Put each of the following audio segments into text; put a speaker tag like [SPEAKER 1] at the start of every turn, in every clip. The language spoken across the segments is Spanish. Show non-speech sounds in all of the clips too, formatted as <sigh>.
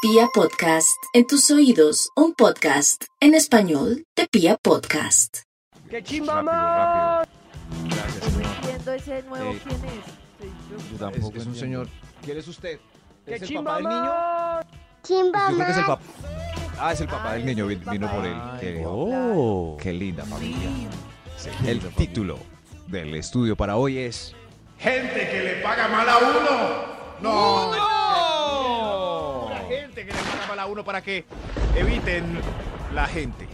[SPEAKER 1] Pia Podcast, en tus oídos, un podcast en español de Pia Podcast.
[SPEAKER 2] ¡Qué
[SPEAKER 3] Rápido,
[SPEAKER 2] chimba
[SPEAKER 3] rápido. Gracias, señor.
[SPEAKER 4] Viendo ese nuevo
[SPEAKER 3] Eh,
[SPEAKER 4] quién es. Soy yo.
[SPEAKER 3] Es- Es, un señor. ¿Quién es usted?
[SPEAKER 2] ¡Qué
[SPEAKER 3] ¿Es el papá del niño?
[SPEAKER 2] chimba
[SPEAKER 5] Chimba
[SPEAKER 3] Pues Yo creo que es el
[SPEAKER 5] más.
[SPEAKER 3] papá. Ah, es el papá
[SPEAKER 4] Ah,
[SPEAKER 3] del
[SPEAKER 4] es
[SPEAKER 3] niño.
[SPEAKER 4] el
[SPEAKER 3] Vino, vino
[SPEAKER 4] papá.
[SPEAKER 3] por él. Qué,
[SPEAKER 6] Oh.
[SPEAKER 3] qué linda familia. El título del estudio para hoy es.
[SPEAKER 7] Gente que le paga mal a uno. No. Pura gente que le paga mal a uno para que eviten la gente.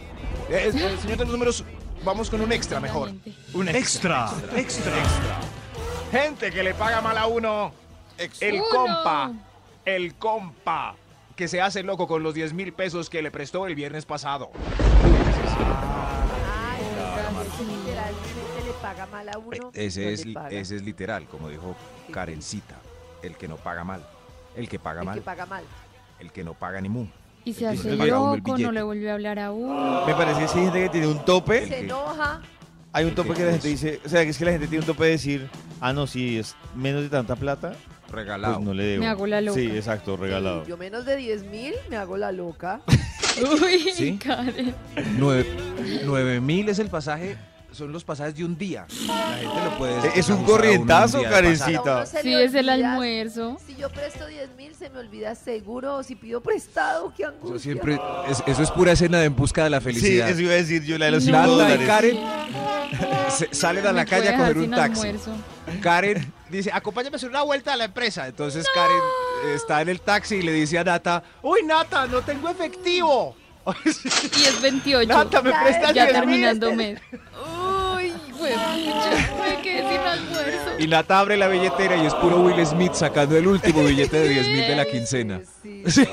[SPEAKER 7] Eh, eh,
[SPEAKER 3] Ah.
[SPEAKER 7] señor de los números, vamos con un extra mejor. Un extra. Extra. extra. Gente que le paga mal a uno. El compa. El compa. Que se hace loco con los 10 mil pesos que le prestó el viernes pasado.
[SPEAKER 4] Ay, entonces, literalmente le paga mal a uno. no
[SPEAKER 3] E, Ese es,
[SPEAKER 4] le paga.
[SPEAKER 3] ese es literal, como dijo Karencita. El que no paga mal. El que paga
[SPEAKER 4] El
[SPEAKER 3] mal.
[SPEAKER 4] que paga mal.
[SPEAKER 3] El que no paga ni mu.
[SPEAKER 8] Y se
[SPEAKER 3] El que
[SPEAKER 8] hace
[SPEAKER 3] le paga a uno el
[SPEAKER 8] loco, no
[SPEAKER 3] billete.
[SPEAKER 8] le vuelve a hablar
[SPEAKER 3] <laughs>
[SPEAKER 8] a uno.
[SPEAKER 6] Me parece que sí hay gente que tiene un tope.
[SPEAKER 4] Se enoja. eh,
[SPEAKER 6] Hay un tope
[SPEAKER 3] ¿Qué
[SPEAKER 6] que la gente
[SPEAKER 3] es?
[SPEAKER 6] dice, o sea, que es que la gente tiene un tope de decir, ah, no, si es menos de tanta plata,
[SPEAKER 3] Regalado.
[SPEAKER 6] pues no le debo.
[SPEAKER 8] Me hago la loca.
[SPEAKER 6] Sí, exacto, regalado.
[SPEAKER 4] Yo menos de 10 mil me hago
[SPEAKER 3] <laughs>
[SPEAKER 4] la loca.
[SPEAKER 8] Uy,
[SPEAKER 3] ¿Sí?
[SPEAKER 8] <laughs> Karen.
[SPEAKER 3] Nueve, nueve mil es el pasaje, son los pasajes de un día. La gente lo puede.
[SPEAKER 6] Eh, Es- es
[SPEAKER 3] ajustar a
[SPEAKER 6] un
[SPEAKER 3] uno
[SPEAKER 6] corrientazo,
[SPEAKER 3] día de
[SPEAKER 6] Karencita.
[SPEAKER 3] pasaje.
[SPEAKER 4] A uno se
[SPEAKER 8] Sí,
[SPEAKER 4] le
[SPEAKER 8] es el
[SPEAKER 4] olvida-
[SPEAKER 8] almuerzo.
[SPEAKER 4] Si yo presto 10 mil, se me olvida seguro. O si pido prestado, qué angustia.
[SPEAKER 3] Eso, siempre, es, eso es pura escena de en busca de la
[SPEAKER 6] Sí,
[SPEAKER 3] felicidad.
[SPEAKER 6] eso iba a decir yo, la de los
[SPEAKER 8] No.
[SPEAKER 6] cinco
[SPEAKER 8] Nada
[SPEAKER 3] Nata y
[SPEAKER 6] dólares.
[SPEAKER 3] Karen <laughs> se- salen a
[SPEAKER 8] Me
[SPEAKER 3] la calle
[SPEAKER 8] puede
[SPEAKER 3] a coger
[SPEAKER 8] dejar
[SPEAKER 3] un
[SPEAKER 8] sin
[SPEAKER 3] taxi.
[SPEAKER 8] almuerzo.
[SPEAKER 3] Karen dice, acompáñame a hacer una vuelta a la empresa. Entonces Karen está en el taxi y le dice a Nata, uy Nata, no tengo efectivo. <laughs>
[SPEAKER 8] Y es 28.
[SPEAKER 3] Nata, me
[SPEAKER 4] Ya,
[SPEAKER 3] prestas
[SPEAKER 8] ya
[SPEAKER 3] 10
[SPEAKER 8] terminando mes. Uy, <laughs> fue mucho. Me quedé sin almuerzo.
[SPEAKER 3] Y Nata abre la billetera y es puro Will Smith sacando el último billete de 10 mil de la quincena. <laughs>
[SPEAKER 4] Pues Sí,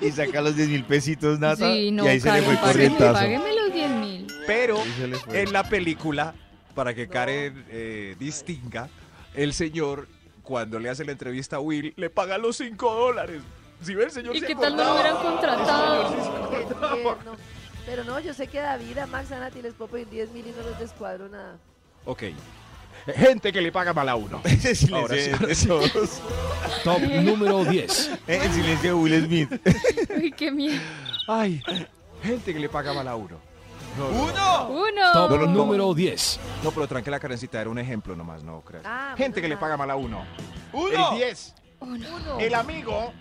[SPEAKER 6] Y saca los 10 mil pesitos, Nata.
[SPEAKER 8] Sí, no,
[SPEAKER 6] y ahí se le
[SPEAKER 8] Karen,
[SPEAKER 6] fue
[SPEAKER 8] págueme,
[SPEAKER 6] corrientazo. <laughs>
[SPEAKER 8] págueme los 10 mil.
[SPEAKER 3] Pero
[SPEAKER 6] Ahí se le fue.
[SPEAKER 3] en la película, para que Karen eh, distinga, el señor, cuando le hace la entrevista a Will, le paga los 5 dólares. Si ve el señor
[SPEAKER 8] ¿Y
[SPEAKER 3] se
[SPEAKER 8] qué tal no
[SPEAKER 3] acordaba.
[SPEAKER 8] lo hubieran contratado?
[SPEAKER 4] qué tierno. Pero no, yo sé que David, a Max, a Nati les puedo pedir 10 mil y no les descuadro nada.
[SPEAKER 3] Ok. Gente que le paga mal a uno.
[SPEAKER 6] Ese
[SPEAKER 3] Ahora sí,
[SPEAKER 6] silencio
[SPEAKER 3] ahora
[SPEAKER 6] de todos.
[SPEAKER 9] Top número 10.
[SPEAKER 6] Eh, <laughs> El silencio de Will Smith.
[SPEAKER 8] Uy, qué miedo.
[SPEAKER 3] Ay, gente que le paga mal a uno. No, no,
[SPEAKER 8] Uno.
[SPEAKER 9] Top número 10.
[SPEAKER 3] no, pero tranquila, Karencita, era un ejemplo nomás, no creas.
[SPEAKER 4] Ah,
[SPEAKER 3] gente
[SPEAKER 4] menos
[SPEAKER 3] que le
[SPEAKER 4] mal.
[SPEAKER 3] paga mal a uno.
[SPEAKER 7] El 10.
[SPEAKER 4] Uno.
[SPEAKER 7] El amigo,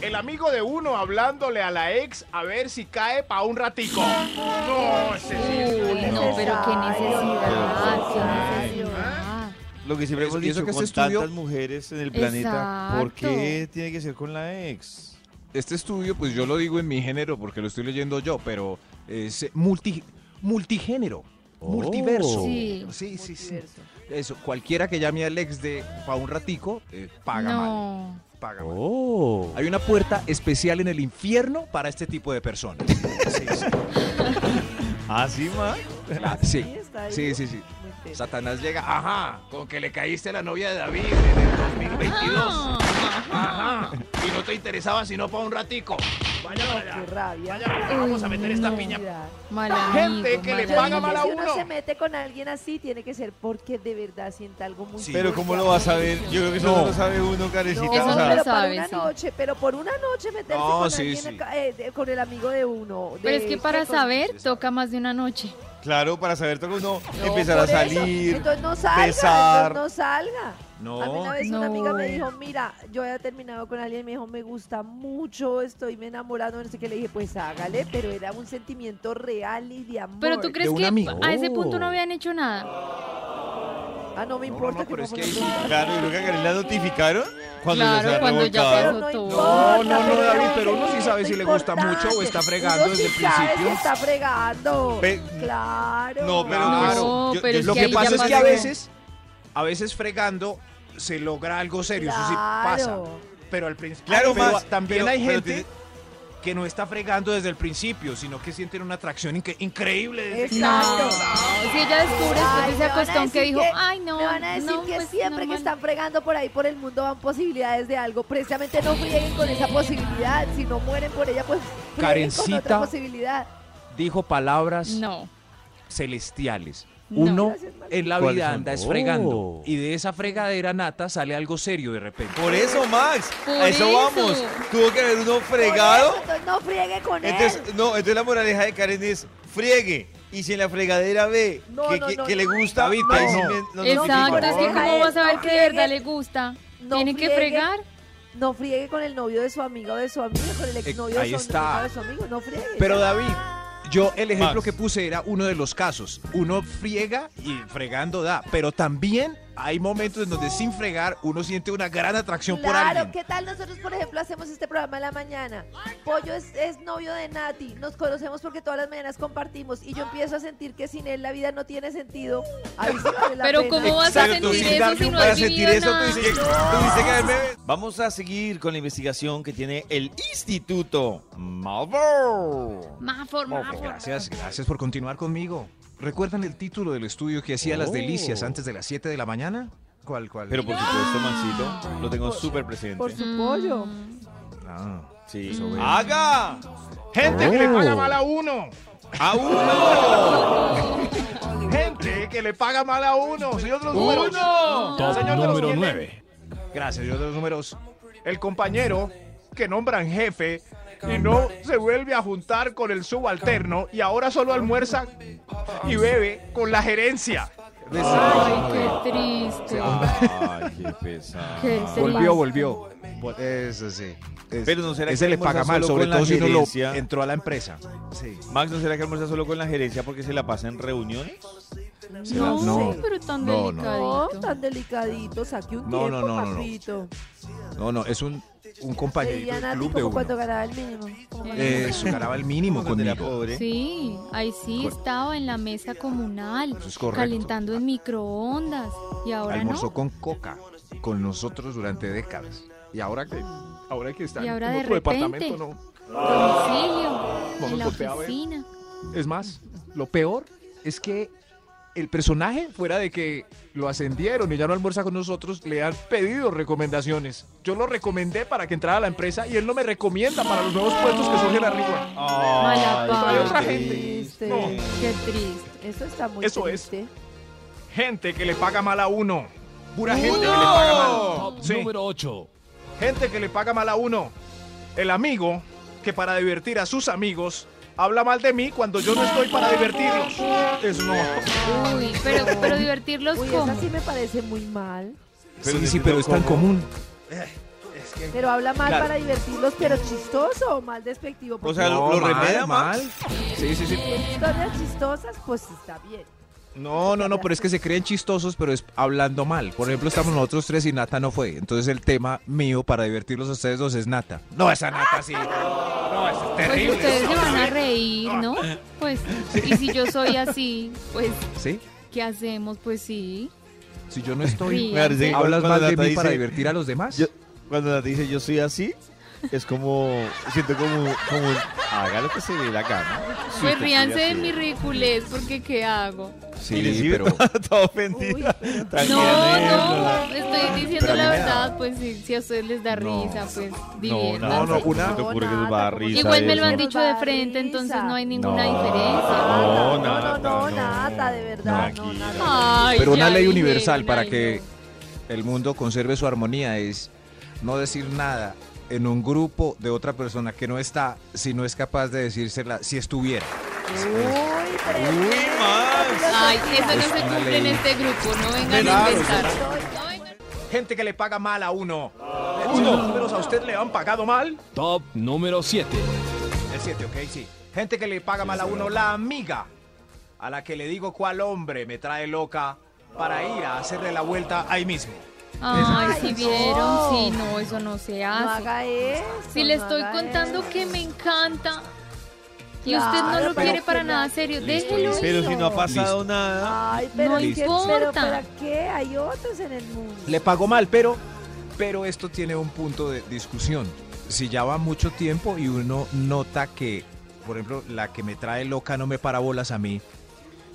[SPEAKER 7] el amigo de uno hablándole a la ex a ver si cae pa' un ratico. No, ese sí es un
[SPEAKER 8] Uy, no,
[SPEAKER 4] No.
[SPEAKER 8] pero qué necesidad.
[SPEAKER 4] Ay,
[SPEAKER 8] Qué necesidad.
[SPEAKER 6] Lo que siempre
[SPEAKER 3] Es-
[SPEAKER 6] hemos
[SPEAKER 3] y eso
[SPEAKER 6] dicho
[SPEAKER 3] que
[SPEAKER 6] con
[SPEAKER 3] este estudio-
[SPEAKER 6] tantas mujeres en el planeta, ¿por qué tiene que ser con la ex?
[SPEAKER 3] Este estudio, pues yo lo digo en mi género porque lo estoy leyendo yo, pero es multi, multigénero. Multiverso.
[SPEAKER 8] Sí.
[SPEAKER 3] sí, sí, sí.
[SPEAKER 4] Multiverso.
[SPEAKER 3] Eso, cualquiera que llame al ex de pa' un ratico, eh, paga mal.
[SPEAKER 8] No.
[SPEAKER 3] Paga mal.
[SPEAKER 6] Oh.
[SPEAKER 3] Hay una puerta especial en el infierno para este tipo de personas. Sí, sí.
[SPEAKER 6] Ah, sí, ma.
[SPEAKER 3] Ah,
[SPEAKER 4] Sí,
[SPEAKER 3] sí.
[SPEAKER 4] está ahí.
[SPEAKER 3] Sí, sí, sí.
[SPEAKER 4] Muy tierno.
[SPEAKER 3] Satanás llega, ajá, con que le caíste a la novia de David en el 2022.
[SPEAKER 8] Ah.
[SPEAKER 3] Ajá. Y no te interesaba sino para un ratico.
[SPEAKER 7] Vaya para allá.
[SPEAKER 4] Qué rabia.
[SPEAKER 7] Vaya para allá, vamos a meter esta
[SPEAKER 8] no.
[SPEAKER 7] piña.
[SPEAKER 8] Mal
[SPEAKER 7] Gente
[SPEAKER 8] amigo,
[SPEAKER 7] que le
[SPEAKER 8] mal
[SPEAKER 7] paga
[SPEAKER 8] amigo.
[SPEAKER 7] mal a
[SPEAKER 4] si uno
[SPEAKER 7] uno.
[SPEAKER 4] se mete con alguien así, tiene que ser porque de verdad sienta algo muy
[SPEAKER 3] Sí.
[SPEAKER 6] Pero
[SPEAKER 4] fuerte.
[SPEAKER 6] ¿cómo lo vas a ver? Yo creo que eso
[SPEAKER 3] No.
[SPEAKER 6] no, lo sabe uno, Karencita.
[SPEAKER 4] No,
[SPEAKER 8] Eso
[SPEAKER 6] o
[SPEAKER 8] no
[SPEAKER 6] sea,
[SPEAKER 8] lo
[SPEAKER 4] pero para
[SPEAKER 8] sabe,
[SPEAKER 4] una
[SPEAKER 8] sí.
[SPEAKER 4] noche, pero por una noche meterse
[SPEAKER 3] No,
[SPEAKER 4] con
[SPEAKER 3] sí,
[SPEAKER 4] alguien,
[SPEAKER 3] sí.
[SPEAKER 4] acá, eh, de- con el amigo de uno.
[SPEAKER 8] Pero es
[SPEAKER 4] de
[SPEAKER 8] que
[SPEAKER 4] esta
[SPEAKER 8] para
[SPEAKER 4] cosa.
[SPEAKER 8] saber toca más de una noche.
[SPEAKER 6] Claro, para saber todo uno
[SPEAKER 4] No,
[SPEAKER 6] empezar a
[SPEAKER 4] por eso.
[SPEAKER 6] salir.
[SPEAKER 4] Entonces no salga,
[SPEAKER 6] besar.
[SPEAKER 4] entonces no salga. A mí una vez
[SPEAKER 8] No.
[SPEAKER 4] una amiga me dijo, mira, yo había terminado con alguien, me dijo, me gusta mucho, estoy me enamorando, no sé qué. Le dije, pues hágale, pero era un sentimiento real y de amor.
[SPEAKER 8] Pero tú crees
[SPEAKER 3] un
[SPEAKER 8] que
[SPEAKER 3] amigo.
[SPEAKER 8] a ese punto no habían hecho nada.
[SPEAKER 4] Ah, no me
[SPEAKER 3] No, no,
[SPEAKER 4] importa
[SPEAKER 3] no, pero es
[SPEAKER 4] me
[SPEAKER 3] que ahí sí.
[SPEAKER 4] pongan-
[SPEAKER 6] Claro, yo creo que a Karen la notificaron cuando
[SPEAKER 8] Claro,
[SPEAKER 6] ya se ha
[SPEAKER 8] cuando ya
[SPEAKER 6] revolcado.
[SPEAKER 8] pasó.
[SPEAKER 4] no,
[SPEAKER 8] todo.
[SPEAKER 4] importa,
[SPEAKER 3] No, no, no,
[SPEAKER 4] pero
[SPEAKER 3] David,
[SPEAKER 4] era
[SPEAKER 3] pero
[SPEAKER 4] un
[SPEAKER 3] uno sí sabe si le gusta
[SPEAKER 4] importante.
[SPEAKER 3] mucho o está fregando
[SPEAKER 4] Uno sí
[SPEAKER 3] desde el
[SPEAKER 4] sabe
[SPEAKER 3] principio.
[SPEAKER 4] que está fregando.
[SPEAKER 6] Pe-
[SPEAKER 4] claro.
[SPEAKER 6] No, pero pues,
[SPEAKER 8] No,
[SPEAKER 6] claro.
[SPEAKER 8] pero es
[SPEAKER 3] Lo
[SPEAKER 8] que
[SPEAKER 3] que
[SPEAKER 8] ahí
[SPEAKER 3] pasa
[SPEAKER 8] ya
[SPEAKER 3] es que a
[SPEAKER 8] pasó.
[SPEAKER 3] veces, a veces fregando se logra algo serio, eso sí pasa.
[SPEAKER 4] Claro.
[SPEAKER 3] Pero al principio
[SPEAKER 6] Claro,
[SPEAKER 3] pero
[SPEAKER 6] Max,
[SPEAKER 3] también
[SPEAKER 6] pero-
[SPEAKER 3] hay
[SPEAKER 6] pero
[SPEAKER 3] gente
[SPEAKER 6] tiene-
[SPEAKER 3] que no está fregando desde el principio, sino que sienten una atracción inque- increíble
[SPEAKER 4] Eh,
[SPEAKER 3] desde que-
[SPEAKER 8] No.
[SPEAKER 4] Exacto.
[SPEAKER 8] Si ella descubre después
[SPEAKER 4] Ay,
[SPEAKER 8] de
[SPEAKER 4] me
[SPEAKER 8] se
[SPEAKER 4] van a
[SPEAKER 8] acostó que
[SPEAKER 4] decir
[SPEAKER 8] dijo,
[SPEAKER 4] que-
[SPEAKER 8] ay no.
[SPEAKER 4] Me van a decir
[SPEAKER 8] no,
[SPEAKER 4] que
[SPEAKER 8] pues,
[SPEAKER 4] siempre que
[SPEAKER 8] normal".
[SPEAKER 4] están fregando por ahí por el mundo van posibilidades de algo. Precisamente no frieguen con esa posibilidad. Si no mueren por ella, pues frieguen con
[SPEAKER 3] Karencita.
[SPEAKER 4] otra posibilidad.
[SPEAKER 3] Dijo palabras
[SPEAKER 8] No,
[SPEAKER 3] celestiales.
[SPEAKER 2] Uno
[SPEAKER 4] Gracias, María.
[SPEAKER 2] en la
[SPEAKER 10] ¿Cuáles
[SPEAKER 2] vida
[SPEAKER 10] son?
[SPEAKER 2] anda es fregando
[SPEAKER 10] Oh.
[SPEAKER 2] y de esa fregadera nata sale algo serio de repente.
[SPEAKER 10] Por eso, Max.
[SPEAKER 8] Por
[SPEAKER 10] a eso,
[SPEAKER 8] eso.
[SPEAKER 10] vamos. Tuvo que haber uno fregado.
[SPEAKER 4] Por eso, entonces no friegue con él.
[SPEAKER 10] Entonces, no, entonces la moraleja de Karen es friegue. Y si en la fregadera ve
[SPEAKER 4] No,
[SPEAKER 10] que,
[SPEAKER 4] no,
[SPEAKER 10] que-
[SPEAKER 4] no,
[SPEAKER 10] que
[SPEAKER 4] no.
[SPEAKER 10] le gusta,
[SPEAKER 2] David,
[SPEAKER 10] ahí
[SPEAKER 2] no.
[SPEAKER 10] sí me- no, no,
[SPEAKER 8] Exacto,
[SPEAKER 10] no,
[SPEAKER 8] es que
[SPEAKER 10] no,
[SPEAKER 4] como-
[SPEAKER 8] cómo vas a ver
[SPEAKER 4] No
[SPEAKER 8] que de verdad
[SPEAKER 4] friegues.
[SPEAKER 8] le gusta.
[SPEAKER 4] No
[SPEAKER 8] Tiene que
[SPEAKER 4] friegues.
[SPEAKER 8] fregar.
[SPEAKER 4] No friegue con el novio de su amiga o de su amigo,
[SPEAKER 3] Eh,
[SPEAKER 4] con el exnovio
[SPEAKER 2] ahí
[SPEAKER 4] de, su
[SPEAKER 2] está.
[SPEAKER 4] amiga o de su amigo. No friegue.
[SPEAKER 2] Pero David, yo el ejemplo
[SPEAKER 10] Max.
[SPEAKER 2] que puse era uno de los casos. Uno friega y fregando da, pero también hay momentos en donde sin fregar uno siente una gran atracción por
[SPEAKER 4] Claro,
[SPEAKER 2] alguien.
[SPEAKER 4] ¿qué tal nosotros, por ejemplo, hacemos este programa en la mañana? Pollo es, es novio de Nati, nos conocemos porque todas las mañanas compartimos y yo empiezo a sentir que sin él la vida no tiene sentido. Ahí sí vale la
[SPEAKER 8] Pero
[SPEAKER 4] pena.
[SPEAKER 8] ¿cómo vas a
[SPEAKER 10] Exacto,
[SPEAKER 8] sentir
[SPEAKER 10] sin
[SPEAKER 8] eso
[SPEAKER 10] darle
[SPEAKER 8] si
[SPEAKER 10] un-
[SPEAKER 8] no
[SPEAKER 10] para
[SPEAKER 8] has
[SPEAKER 10] sentir
[SPEAKER 8] vivido
[SPEAKER 10] eso, tú
[SPEAKER 8] nada?
[SPEAKER 10] dices que- tú dices que me- Vamos a seguir con la investigación que tiene el Instituto Marvel.
[SPEAKER 8] Mafor,
[SPEAKER 3] Ah,
[SPEAKER 8] mafor.
[SPEAKER 2] Gracias, gracias por continuar conmigo. ¿Recuerdan el título del estudio que hacía las
[SPEAKER 10] Oh.
[SPEAKER 2] delicias antes de las 7 de la mañana? ¿Cuál, cuál?
[SPEAKER 10] Pero pues, por supuesto, Maxito, lo tengo súper presente.
[SPEAKER 4] ¡Ah! Por
[SPEAKER 8] Mm.
[SPEAKER 4] su pollo.
[SPEAKER 2] Ah.
[SPEAKER 10] Sí. ¡Haga!
[SPEAKER 3] Gente que le paga mal
[SPEAKER 2] Oh.
[SPEAKER 3] a uno.
[SPEAKER 10] ¡A uno!
[SPEAKER 3] <laughs> Gente que le paga mal a uno. Señor de los números.
[SPEAKER 10] ¡Uno!
[SPEAKER 9] Top
[SPEAKER 3] Señor de los
[SPEAKER 9] número
[SPEAKER 3] dientes.
[SPEAKER 9] 9.
[SPEAKER 3] Gracias, Dios de los números. El compañero que nombran jefe y no se vuelve a juntar con el subalterno y ahora solo almuerza y bebe con la gerencia. Ah,
[SPEAKER 8] Ay, qué triste.
[SPEAKER 10] Ay,
[SPEAKER 4] <laughs>
[SPEAKER 10] qué pesado.
[SPEAKER 8] Qué triste.
[SPEAKER 2] Volvió, volvió. Vol- Eso sí. Es-
[SPEAKER 10] Pero no será
[SPEAKER 2] ese
[SPEAKER 10] que
[SPEAKER 2] le paga
[SPEAKER 10] almuerza
[SPEAKER 2] mal,
[SPEAKER 10] solo
[SPEAKER 2] sobre
[SPEAKER 10] con la
[SPEAKER 2] todo si uno lo
[SPEAKER 10] gerencia.
[SPEAKER 2] entró a la empresa. Sí.
[SPEAKER 10] Max, ¿no será que almuerza solo con la gerencia porque se la pasa en reuniones?
[SPEAKER 8] No,
[SPEAKER 2] No,
[SPEAKER 8] pero tan
[SPEAKER 2] no, no.
[SPEAKER 4] No,
[SPEAKER 8] delicadito.
[SPEAKER 4] tan delicadito, saque un
[SPEAKER 2] No,
[SPEAKER 4] tiempo,
[SPEAKER 2] no, no, no, no.
[SPEAKER 4] papito.
[SPEAKER 2] No, no, es un, un
[SPEAKER 4] Veía
[SPEAKER 2] compañerito
[SPEAKER 4] a
[SPEAKER 2] del
[SPEAKER 4] Nati
[SPEAKER 2] club de
[SPEAKER 4] como
[SPEAKER 2] uno. Eh,
[SPEAKER 4] cuando ganaba el mínimo. como cuando-
[SPEAKER 2] Eso, ganaba el mínimo
[SPEAKER 10] Cuando era
[SPEAKER 2] conmigo.
[SPEAKER 10] pobre.
[SPEAKER 8] Sí, ahí sí
[SPEAKER 2] Cor-
[SPEAKER 8] estaba en la mesa comunal,
[SPEAKER 2] Eso es correcto.
[SPEAKER 8] calentando en microondas. Y ahora
[SPEAKER 2] Almorzó
[SPEAKER 8] no.
[SPEAKER 2] con coca con nosotros durante décadas. Y ahora que, ahora que está
[SPEAKER 8] Y
[SPEAKER 2] en
[SPEAKER 8] ahora
[SPEAKER 2] otro
[SPEAKER 8] de
[SPEAKER 2] departamento,
[SPEAKER 8] repente.
[SPEAKER 2] no.
[SPEAKER 8] Domicilio,
[SPEAKER 2] Vamos
[SPEAKER 8] en la
[SPEAKER 2] por té, a ver.
[SPEAKER 8] oficina.
[SPEAKER 2] Es más, lo peor es que el personaje, fuera de que lo ascendieron y ya no almuerza con nosotros, le han pedido recomendaciones. Yo lo recomendé para que entrara a la empresa y él no me recomienda para los nuevos puestos que surgen arriba.
[SPEAKER 8] Mala
[SPEAKER 10] qué
[SPEAKER 8] paga.
[SPEAKER 3] Otra gente.
[SPEAKER 10] triste.
[SPEAKER 3] No.
[SPEAKER 8] Qué triste.
[SPEAKER 4] Eso está muy
[SPEAKER 3] Eso es.
[SPEAKER 4] triste.
[SPEAKER 3] Gente que le paga mal a uno. Pura gente que le paga mal.
[SPEAKER 10] ¡Uno!
[SPEAKER 9] Top
[SPEAKER 3] Sí.
[SPEAKER 9] número 8.
[SPEAKER 3] Gente que le paga mal a uno. El amigo que para divertir a sus amigos habla mal de mí cuando yo no estoy para divertirlos. Eso no.
[SPEAKER 8] Uy, pero, pero divertirlos
[SPEAKER 4] Uy,
[SPEAKER 8] como.
[SPEAKER 4] esa sí me parece muy mal.
[SPEAKER 2] sí, sí, pero es tan común.
[SPEAKER 4] Pero habla mal
[SPEAKER 10] Claro.
[SPEAKER 4] para divertirlos, pero chistoso o mal despectivo.
[SPEAKER 10] O
[SPEAKER 4] Porque
[SPEAKER 10] sea, lo, lo
[SPEAKER 2] mal,
[SPEAKER 10] remeda Max.
[SPEAKER 2] mal. Sí, sí, sí.
[SPEAKER 4] historias chistosas, pues está
[SPEAKER 10] <laughs>
[SPEAKER 4] bien.
[SPEAKER 2] No, no, no, pero es que se creen chistosos, pero es hablando mal. Por ejemplo, estamos nosotros tres y Nata no fue. Entonces el tema mío para divertirlos a ustedes dos es Nata. No, esa Nata sí.
[SPEAKER 8] Pues ustedes se van a reír, ¿no? Pues, y si yo soy así, pues,
[SPEAKER 2] ¿Sí?
[SPEAKER 8] ¿qué hacemos? Pues sí.
[SPEAKER 2] Si yo no estoy,
[SPEAKER 8] Sí.
[SPEAKER 10] Me parece que
[SPEAKER 2] hablas
[SPEAKER 10] cuando
[SPEAKER 2] mal de
[SPEAKER 10] Nata
[SPEAKER 2] mí
[SPEAKER 10] dice-
[SPEAKER 2] para divertir a los demás.
[SPEAKER 10] Yo- cuando Nati dice yo soy así, es como, siento como, como un, haga lo que se le dé la gana. Sí,
[SPEAKER 8] Pues
[SPEAKER 10] te
[SPEAKER 8] ríanse
[SPEAKER 10] estoy
[SPEAKER 8] de mi
[SPEAKER 10] <laughs> haciendo.
[SPEAKER 8] ridiculez, porque ¿qué hago?
[SPEAKER 10] Y le
[SPEAKER 2] Sí,
[SPEAKER 10] sigue
[SPEAKER 2] <laughs> pero
[SPEAKER 8] Pues
[SPEAKER 10] todo- todo
[SPEAKER 4] Uy,
[SPEAKER 10] ofendido.
[SPEAKER 4] pero-
[SPEAKER 10] Tranquila,
[SPEAKER 8] No,
[SPEAKER 10] Nela.
[SPEAKER 8] no, estoy diciendo
[SPEAKER 10] Pero a mí
[SPEAKER 8] la
[SPEAKER 10] me da.
[SPEAKER 8] verdad, pues sí, si a ustedes les da
[SPEAKER 10] No.
[SPEAKER 8] risa, pues
[SPEAKER 10] No,
[SPEAKER 8] diviértanse.
[SPEAKER 10] no, no, una.
[SPEAKER 4] No,
[SPEAKER 10] te ocurre que
[SPEAKER 4] nada,
[SPEAKER 10] nos va a dar
[SPEAKER 4] como
[SPEAKER 10] risa
[SPEAKER 8] Igual me lo
[SPEAKER 10] eso?
[SPEAKER 8] han dicho de
[SPEAKER 4] Nos da
[SPEAKER 8] frente, entonces
[SPEAKER 4] risa.
[SPEAKER 8] no hay ninguna
[SPEAKER 10] No.
[SPEAKER 8] diferencia.
[SPEAKER 10] No,
[SPEAKER 4] no, no,
[SPEAKER 10] nada,
[SPEAKER 4] no,
[SPEAKER 10] no.
[SPEAKER 4] nada, de verdad, no,
[SPEAKER 10] Tranquila.
[SPEAKER 4] nada.
[SPEAKER 8] Ay,
[SPEAKER 2] Pero una
[SPEAKER 8] ya
[SPEAKER 2] ley
[SPEAKER 8] dije,
[SPEAKER 2] universal para
[SPEAKER 8] ay,
[SPEAKER 2] que
[SPEAKER 8] no.
[SPEAKER 2] el mundo conserve su armonía es no decir nada en un grupo de otra persona que no está si no es capaz de decírsela si estuviera.
[SPEAKER 4] Uy, tremenda
[SPEAKER 10] Uy, Max.
[SPEAKER 8] Ay, eso no
[SPEAKER 2] Es
[SPEAKER 8] se
[SPEAKER 2] una
[SPEAKER 8] cumple en
[SPEAKER 2] ley.
[SPEAKER 8] este grupo, no vengan a
[SPEAKER 3] Claro,
[SPEAKER 8] inventar.
[SPEAKER 4] eso-
[SPEAKER 8] No vengan-
[SPEAKER 3] Gente que le paga mal a uno. Uno. ¿Los números a usted le han pagado mal?
[SPEAKER 9] Top número 7.
[SPEAKER 3] El 7, ok, sí. Gente que le paga mal a uno. La amiga a la que le digo cuál hombre me trae loca para ir a hacerle la vuelta ahí mismo.
[SPEAKER 8] Ay, si
[SPEAKER 4] no.
[SPEAKER 8] vieron, sí, no, eso no se
[SPEAKER 4] No
[SPEAKER 8] hace.
[SPEAKER 4] haga eso.
[SPEAKER 8] Si le
[SPEAKER 4] no
[SPEAKER 8] estoy
[SPEAKER 4] haga
[SPEAKER 8] contando
[SPEAKER 4] eso.
[SPEAKER 8] que me encanta y usted no
[SPEAKER 4] Claro,
[SPEAKER 8] lo
[SPEAKER 4] pero
[SPEAKER 8] quiere para
[SPEAKER 4] que
[SPEAKER 8] nada
[SPEAKER 4] la-
[SPEAKER 8] serio,
[SPEAKER 2] Listo,
[SPEAKER 8] déjelo.
[SPEAKER 4] listo.
[SPEAKER 10] Pero si no ha pasado nada.
[SPEAKER 4] Ay, pero
[SPEAKER 8] No
[SPEAKER 4] es que-
[SPEAKER 8] importa.
[SPEAKER 4] pero ¿para qué? Hay otros en el mundo.
[SPEAKER 2] Le pagó mal, pero, pero esto tiene un punto de discusión. Si ya va mucho tiempo y uno nota que, por ejemplo, la que me trae loca no me para bolas a mí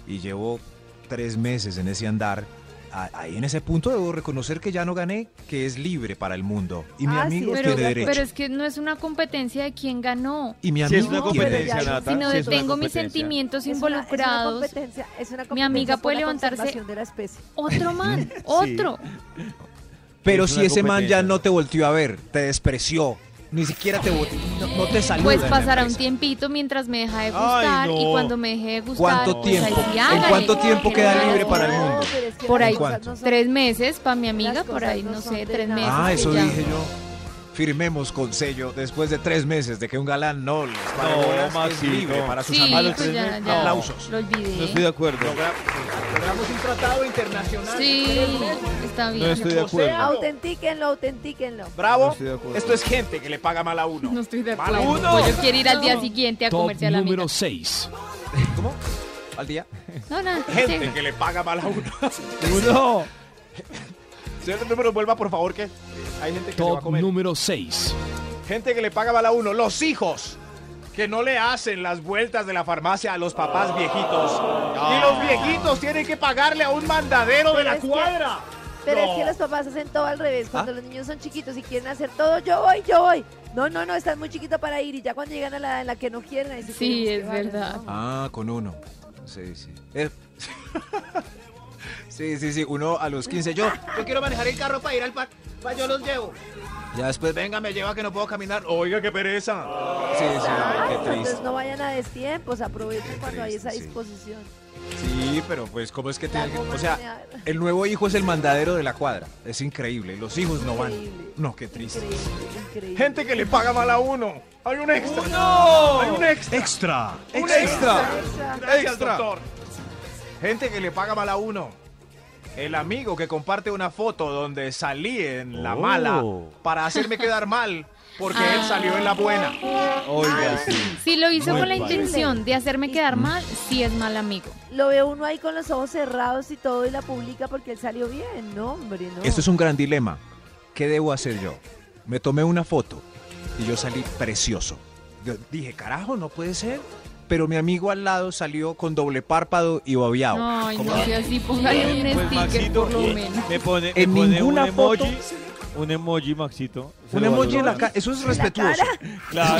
[SPEAKER 2] y llevo tres meses en ese andar a- ahí en ese punto debo reconocer que ya no gané, que es libre para el mundo. Y mi
[SPEAKER 4] Ah, sí,
[SPEAKER 2] amigo
[SPEAKER 4] Dios
[SPEAKER 8] Pero,
[SPEAKER 2] tiene derecho.
[SPEAKER 8] pero es que no es una competencia de quién ganó,
[SPEAKER 2] Y mi
[SPEAKER 10] Sí,
[SPEAKER 2] amigo
[SPEAKER 10] es una
[SPEAKER 4] No,
[SPEAKER 2] tiene
[SPEAKER 4] pero
[SPEAKER 2] derecho.
[SPEAKER 10] competencia,
[SPEAKER 4] ya-
[SPEAKER 10] Nata.
[SPEAKER 8] sino
[SPEAKER 10] sí, es una
[SPEAKER 8] tengo mis
[SPEAKER 10] competencia.
[SPEAKER 8] sentimientos
[SPEAKER 4] Es una- es una
[SPEAKER 8] involucrados.
[SPEAKER 4] competencia, es una
[SPEAKER 8] Mi
[SPEAKER 4] competencia
[SPEAKER 8] amiga
[SPEAKER 4] por
[SPEAKER 8] puede
[SPEAKER 4] la
[SPEAKER 8] levantarse-
[SPEAKER 4] conservación de la especie.
[SPEAKER 8] Otro man, otro.
[SPEAKER 2] Pero
[SPEAKER 10] Es
[SPEAKER 2] si
[SPEAKER 10] una
[SPEAKER 2] ese man ya
[SPEAKER 10] competencia.
[SPEAKER 2] no te volteó a ver, te despreció, ni siquiera te vol- no, no te saluda.
[SPEAKER 8] Pues
[SPEAKER 2] en la
[SPEAKER 8] pasará un
[SPEAKER 2] empresa.
[SPEAKER 8] tiempito mientras me deja de gustar
[SPEAKER 10] no.
[SPEAKER 8] y cuando me deje de gustar,
[SPEAKER 2] ¿Cuánto
[SPEAKER 8] pues
[SPEAKER 2] tiempo?
[SPEAKER 8] ahí sí
[SPEAKER 2] ¿En
[SPEAKER 8] hágale,
[SPEAKER 2] cuánto
[SPEAKER 8] que
[SPEAKER 2] tiempo
[SPEAKER 8] no
[SPEAKER 2] queda
[SPEAKER 8] me
[SPEAKER 2] libre
[SPEAKER 8] hagas
[SPEAKER 2] para el
[SPEAKER 8] nada.
[SPEAKER 2] mundo?
[SPEAKER 4] pero es que
[SPEAKER 8] Por
[SPEAKER 4] las
[SPEAKER 8] ahí.
[SPEAKER 4] cosas no son-
[SPEAKER 8] Tres meses para mi amiga,
[SPEAKER 4] Las
[SPEAKER 8] por
[SPEAKER 4] cosas
[SPEAKER 8] ahí,
[SPEAKER 4] no
[SPEAKER 8] no
[SPEAKER 4] son de
[SPEAKER 8] sé, tres
[SPEAKER 4] nada.
[SPEAKER 8] meses.
[SPEAKER 2] Ah,
[SPEAKER 8] y
[SPEAKER 2] eso
[SPEAKER 8] ya.
[SPEAKER 2] dije yo. Firmemos con sello después de tres meses de que un galán no les pare
[SPEAKER 10] No,
[SPEAKER 2] bolas, es
[SPEAKER 10] Maxito.
[SPEAKER 2] libre para sus
[SPEAKER 8] Sí,
[SPEAKER 10] A los
[SPEAKER 2] amigos.
[SPEAKER 8] pues
[SPEAKER 10] tres
[SPEAKER 8] ya,
[SPEAKER 10] meses.
[SPEAKER 8] ya.
[SPEAKER 2] Aplausos.
[SPEAKER 8] Lo olvidé.
[SPEAKER 10] No estoy de acuerdo.
[SPEAKER 3] Logramos un tratado internacional.
[SPEAKER 8] Sí, está
[SPEAKER 10] No
[SPEAKER 8] bien.
[SPEAKER 10] estoy de acuerdo.
[SPEAKER 4] Autentíquenlo, autentíquenlo.
[SPEAKER 10] No
[SPEAKER 3] Bravo.
[SPEAKER 10] estoy de acuerdo.
[SPEAKER 3] Esto es gente que le paga mal a uno.
[SPEAKER 8] No estoy de
[SPEAKER 3] Mal a
[SPEAKER 8] acuerdo.
[SPEAKER 3] uno.
[SPEAKER 8] Pues yo quiero ir al día siguiente a
[SPEAKER 9] Top
[SPEAKER 8] comerse a la amiga.
[SPEAKER 9] número 6.
[SPEAKER 2] ¿Cómo? Al día.
[SPEAKER 8] No, no, sí.
[SPEAKER 3] Gente que le paga mal a uno. <laughs>
[SPEAKER 2] Uno.
[SPEAKER 3] Señor, número vuelva, por favor, que hay gente que le va a
[SPEAKER 9] Top
[SPEAKER 3] comer.
[SPEAKER 9] número 6.
[SPEAKER 3] Gente que le paga mal a uno. Los hijos que no le hacen las vueltas de la farmacia a los papás viejitos.
[SPEAKER 10] Ah.
[SPEAKER 3] Y los viejitos tienen que pagarle a un mandadero de
[SPEAKER 4] Pero
[SPEAKER 3] la
[SPEAKER 4] es que-
[SPEAKER 3] cuadra.
[SPEAKER 4] Pero
[SPEAKER 3] No.
[SPEAKER 4] es que los papás hacen todo al revés.
[SPEAKER 2] ¿Ah?
[SPEAKER 4] Cuando los niños son chiquitos y quieren hacer todo, yo voy, yo voy. No, no, no, están muy chiquitos para ir. Y ya cuando llegan a la edad en la que no quieren, ahí
[SPEAKER 8] Sí,
[SPEAKER 4] tenemos que
[SPEAKER 8] es
[SPEAKER 4] bajar,
[SPEAKER 8] verdad.
[SPEAKER 4] ¿no?
[SPEAKER 2] Ah, con uno. Sí, sí. Eh, <laughs> Sí, sí, sí, uno a los 15. Yo,
[SPEAKER 3] Yo quiero manejar el carro para ir al parque. Yo los llevo.
[SPEAKER 2] ya después venga.
[SPEAKER 3] Venga, me lleva que no puedo caminar. Oiga, qué pereza.
[SPEAKER 2] Sí, sí,
[SPEAKER 4] Exacto,
[SPEAKER 2] qué
[SPEAKER 4] Ah, entonces
[SPEAKER 2] triste.
[SPEAKER 4] no vayan a destiempos, aprovechen cuando hay
[SPEAKER 2] triste,
[SPEAKER 4] esa
[SPEAKER 2] sí.
[SPEAKER 4] disposición.
[SPEAKER 2] Sí, pero pues, ¿cómo es que
[SPEAKER 4] La
[SPEAKER 2] tiene que-
[SPEAKER 4] goma
[SPEAKER 2] O sea,
[SPEAKER 4] lineal.
[SPEAKER 2] el nuevo hijo es el mandadero de la cuadra. Es increíble. Los hijos no van.
[SPEAKER 4] Increíble.
[SPEAKER 2] No, qué triste.
[SPEAKER 4] Increíble, increíble.
[SPEAKER 3] Gente que le paga mal a uno. Hay un extra. Hay un extra.
[SPEAKER 9] Extra.
[SPEAKER 3] Un
[SPEAKER 2] Extra.
[SPEAKER 4] Esa-
[SPEAKER 3] Gracias,
[SPEAKER 2] Extra.
[SPEAKER 3] doctor. Gente que le paga mal a uno. El amigo que comparte una foto donde salí en la
[SPEAKER 10] Oh.
[SPEAKER 3] mala para hacerme quedar mal porque él salió en la buena.
[SPEAKER 10] Oiga, sí.
[SPEAKER 8] Si lo hizo
[SPEAKER 10] Muy
[SPEAKER 8] con la
[SPEAKER 10] mal.
[SPEAKER 8] intención de hacerme quedar mal, sí es mal amigo.
[SPEAKER 4] Lo ve uno ahí con los ojos cerrados y todo y la publica porque él salió bien. No, hombre, no.
[SPEAKER 2] Esto Este es un gran dilema. ¿Qué debo hacer yo? Me tomé una foto y yo salí precioso. Yo dije, carajo, no puede ser. Pero mi amigo al lado salió con doble párpado y babeado.
[SPEAKER 8] Ay,
[SPEAKER 2] Como-
[SPEAKER 8] no, si así póngale un
[SPEAKER 10] Pues
[SPEAKER 8] sticker
[SPEAKER 10] Maxito
[SPEAKER 8] por lo menos.
[SPEAKER 10] me pone, me
[SPEAKER 2] En
[SPEAKER 10] pone
[SPEAKER 2] ninguna
[SPEAKER 10] un emoji. Un emoji, Maxito. Se
[SPEAKER 2] Un
[SPEAKER 10] lo
[SPEAKER 2] emoji en la
[SPEAKER 10] valoramos.
[SPEAKER 2] cara. Eso es respetuoso.
[SPEAKER 10] Claro.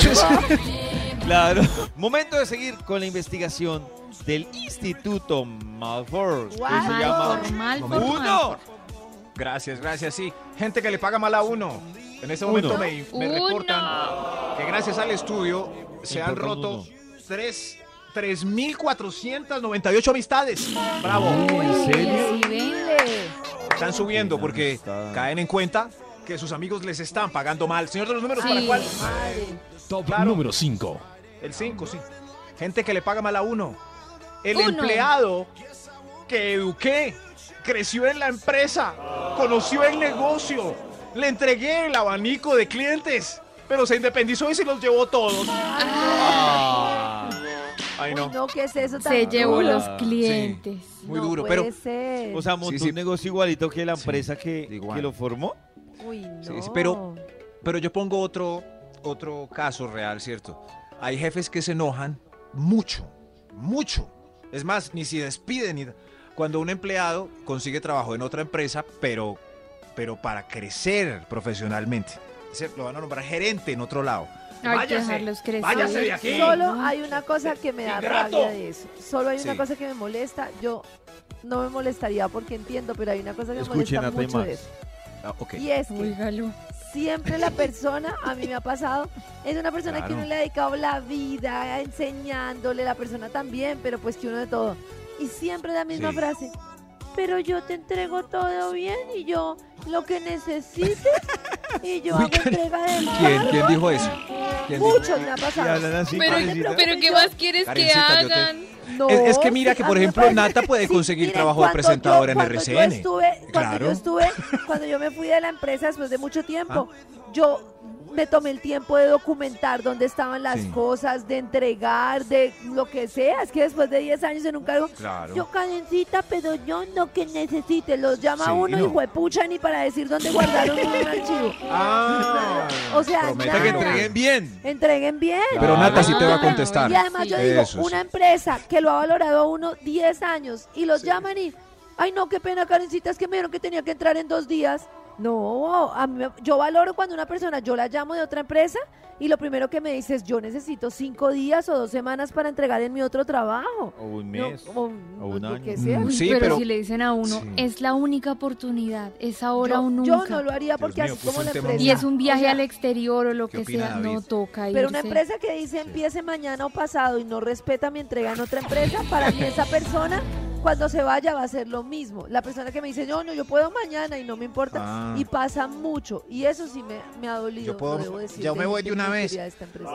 [SPEAKER 10] claro. Momento de seguir con la investigación del Instituto Malfour. que se
[SPEAKER 4] Guau.
[SPEAKER 8] Mal
[SPEAKER 10] llama
[SPEAKER 8] por mal por mal.
[SPEAKER 10] Uno.
[SPEAKER 3] Gracias, gracias, sí. Gente que le paga mal a uno. En este momento
[SPEAKER 10] Uno.
[SPEAKER 3] me, me
[SPEAKER 8] Uno.
[SPEAKER 3] reportan que gracias al estudio se han
[SPEAKER 10] Importan
[SPEAKER 3] roto
[SPEAKER 10] uno.
[SPEAKER 3] tres- 3.498 amistades. Bravo.
[SPEAKER 8] ¿En serio?
[SPEAKER 3] Están subiendo porque
[SPEAKER 10] Amistad.
[SPEAKER 3] caen en cuenta que sus amigos les están pagando mal. Señor de los números,
[SPEAKER 8] Sí.
[SPEAKER 3] ¿para cuál?
[SPEAKER 9] Top
[SPEAKER 3] Claro.
[SPEAKER 9] número 5.
[SPEAKER 3] El 5, sí. Gente que le paga mal a uno. El
[SPEAKER 8] Uno.
[SPEAKER 3] empleado que eduqué, creció en la empresa, conoció el negocio, le entregué el abanico de clientes, pero se independizó y se los llevó todos. Ay,
[SPEAKER 4] no.
[SPEAKER 3] no.
[SPEAKER 4] Uy, no, ¿qué es eso tan
[SPEAKER 8] Se
[SPEAKER 4] duro?
[SPEAKER 8] llevó los
[SPEAKER 10] Sí.
[SPEAKER 8] clientes.
[SPEAKER 2] Muy
[SPEAKER 4] No
[SPEAKER 2] duro.
[SPEAKER 4] puede
[SPEAKER 2] Pero
[SPEAKER 4] ser.
[SPEAKER 10] O sea, montó
[SPEAKER 2] Sí, sí.
[SPEAKER 10] un negocio igualito que la empresa que,
[SPEAKER 2] Igual.
[SPEAKER 10] que lo formó.
[SPEAKER 4] Uy, no.
[SPEAKER 2] Sí, sí, pero- Pero yo pongo otro, otro caso real, ¿cierto? Hay jefes que se enojan mucho, mucho. Es más, ni si despiden. Ni... Cuando un empleado consigue trabajo en otra empresa, pero, pero para crecer profesionalmente. Se- Lo van a nombrar gerente en otro lado.
[SPEAKER 8] Hay que
[SPEAKER 3] Váyase,
[SPEAKER 8] dejarlos crecer.
[SPEAKER 3] váyase de aquí.
[SPEAKER 4] Solo hay una cosa que me da
[SPEAKER 3] Ingrato.
[SPEAKER 4] rabia de eso. Solo hay una
[SPEAKER 2] Sí.
[SPEAKER 4] cosa que me molesta. Yo no me molestaría porque entiendo, pero hay una cosa que me
[SPEAKER 10] Escuchen
[SPEAKER 4] molesta
[SPEAKER 10] a Tay
[SPEAKER 4] mucho
[SPEAKER 10] Max.
[SPEAKER 4] de eso.
[SPEAKER 2] Ah, ok.
[SPEAKER 4] Y es que
[SPEAKER 8] Oígalo.
[SPEAKER 4] siempre la persona, a mí me ha pasado, es una persona que
[SPEAKER 2] Claro.
[SPEAKER 4] uno le ha dedicado la vida enseñándole, la persona también, pero pues que uno de todo. Y siempre la misma
[SPEAKER 2] Sí.
[SPEAKER 4] frase. Pero yo te entrego todo bien y yo lo que necesites y yo
[SPEAKER 2] Uy,
[SPEAKER 4] hago
[SPEAKER 2] Karen,
[SPEAKER 4] entrega del
[SPEAKER 2] ¿Quién,
[SPEAKER 4] cargo.
[SPEAKER 2] quién dijo eso? ¿Quién dijo?
[SPEAKER 4] Muchos me ha
[SPEAKER 10] Y hablan
[SPEAKER 4] pasado.
[SPEAKER 10] así,
[SPEAKER 8] Pero,
[SPEAKER 10] Karencita.
[SPEAKER 8] pero ¿qué más quieres
[SPEAKER 2] Karencita,
[SPEAKER 8] que
[SPEAKER 2] yo te-
[SPEAKER 8] hagan?
[SPEAKER 4] No,
[SPEAKER 2] Es- es que mira que,
[SPEAKER 4] a
[SPEAKER 2] por
[SPEAKER 4] mí me
[SPEAKER 2] ejemplo,
[SPEAKER 4] parece-
[SPEAKER 2] Nata puede conseguir trabajo de
[SPEAKER 4] cuando
[SPEAKER 2] presentadora en
[SPEAKER 4] cuando
[SPEAKER 2] RCN.
[SPEAKER 4] Yo estuve, Cuando
[SPEAKER 2] Claro.
[SPEAKER 4] yo estuve, cuando yo me fui de la empresa después de mucho tiempo,
[SPEAKER 2] Ah.
[SPEAKER 4] yo me tomé el tiempo de documentar dónde estaban las
[SPEAKER 2] Sí.
[SPEAKER 4] cosas, de entregar, de lo que sea. Es que después de 10 años en un cargo,
[SPEAKER 2] Claro.
[SPEAKER 4] yo cadencita, pero yo no que necesite. Los llama
[SPEAKER 2] Sí,
[SPEAKER 4] uno
[SPEAKER 2] no.
[SPEAKER 4] y huepucha ni para decir dónde guardaron
[SPEAKER 2] <laughs>
[SPEAKER 4] un archivo.
[SPEAKER 3] Ah,
[SPEAKER 4] O sea,
[SPEAKER 2] prometa
[SPEAKER 10] Para que
[SPEAKER 4] nada.
[SPEAKER 10] entreguen bien.
[SPEAKER 4] entreguen bien.
[SPEAKER 2] Pero Nata sí te va a
[SPEAKER 8] Ah,
[SPEAKER 2] contestar.
[SPEAKER 4] Y además yo digo,
[SPEAKER 2] Eso sí.
[SPEAKER 4] una empresa que lo ha valorado a uno 10 años y los llaman y, ay no, qué pena, Karencita, es que me dijeron que tenía que entrar en dos días. No, a mí me- yo valoro cuando una persona, yo la llamo de otra empresa y lo primero que me dice es, yo necesito cinco días o dos semanas para entregar en mi otro trabajo.
[SPEAKER 10] O un
[SPEAKER 4] No,
[SPEAKER 10] mes.
[SPEAKER 4] o un-
[SPEAKER 10] o un
[SPEAKER 4] lo
[SPEAKER 10] año.
[SPEAKER 4] que sea.
[SPEAKER 2] Mm,
[SPEAKER 8] Uy,
[SPEAKER 2] sí,
[SPEAKER 8] pero,
[SPEAKER 2] pero-
[SPEAKER 8] si le dicen a uno,
[SPEAKER 2] Sí.
[SPEAKER 8] es la única oportunidad, es ahora
[SPEAKER 4] yo,
[SPEAKER 8] o nunca.
[SPEAKER 4] yo no lo haría porque
[SPEAKER 3] mío,
[SPEAKER 4] así
[SPEAKER 3] puse
[SPEAKER 4] como
[SPEAKER 3] un
[SPEAKER 4] la
[SPEAKER 3] tema
[SPEAKER 4] empresa...
[SPEAKER 8] Y es un viaje
[SPEAKER 4] o sea,
[SPEAKER 8] al exterior o lo
[SPEAKER 3] ¿qué
[SPEAKER 8] que
[SPEAKER 3] opina
[SPEAKER 8] sea,
[SPEAKER 3] David?
[SPEAKER 8] no toca irse.
[SPEAKER 4] Pero una empresa que dice empiece mañana o pasado y no respeta mi entrega en otra empresa, para mí esa persona cuando se vaya va a ser lo mismo. La persona que me dice, no, no, yo puedo mañana y no me importa.
[SPEAKER 3] Ah.
[SPEAKER 4] Y pasa mucho. Y eso sí me, me ha dolido.
[SPEAKER 2] Yo puedo-
[SPEAKER 4] no debo decir
[SPEAKER 2] yo me voy de una vez.
[SPEAKER 4] cultura de esta empresa.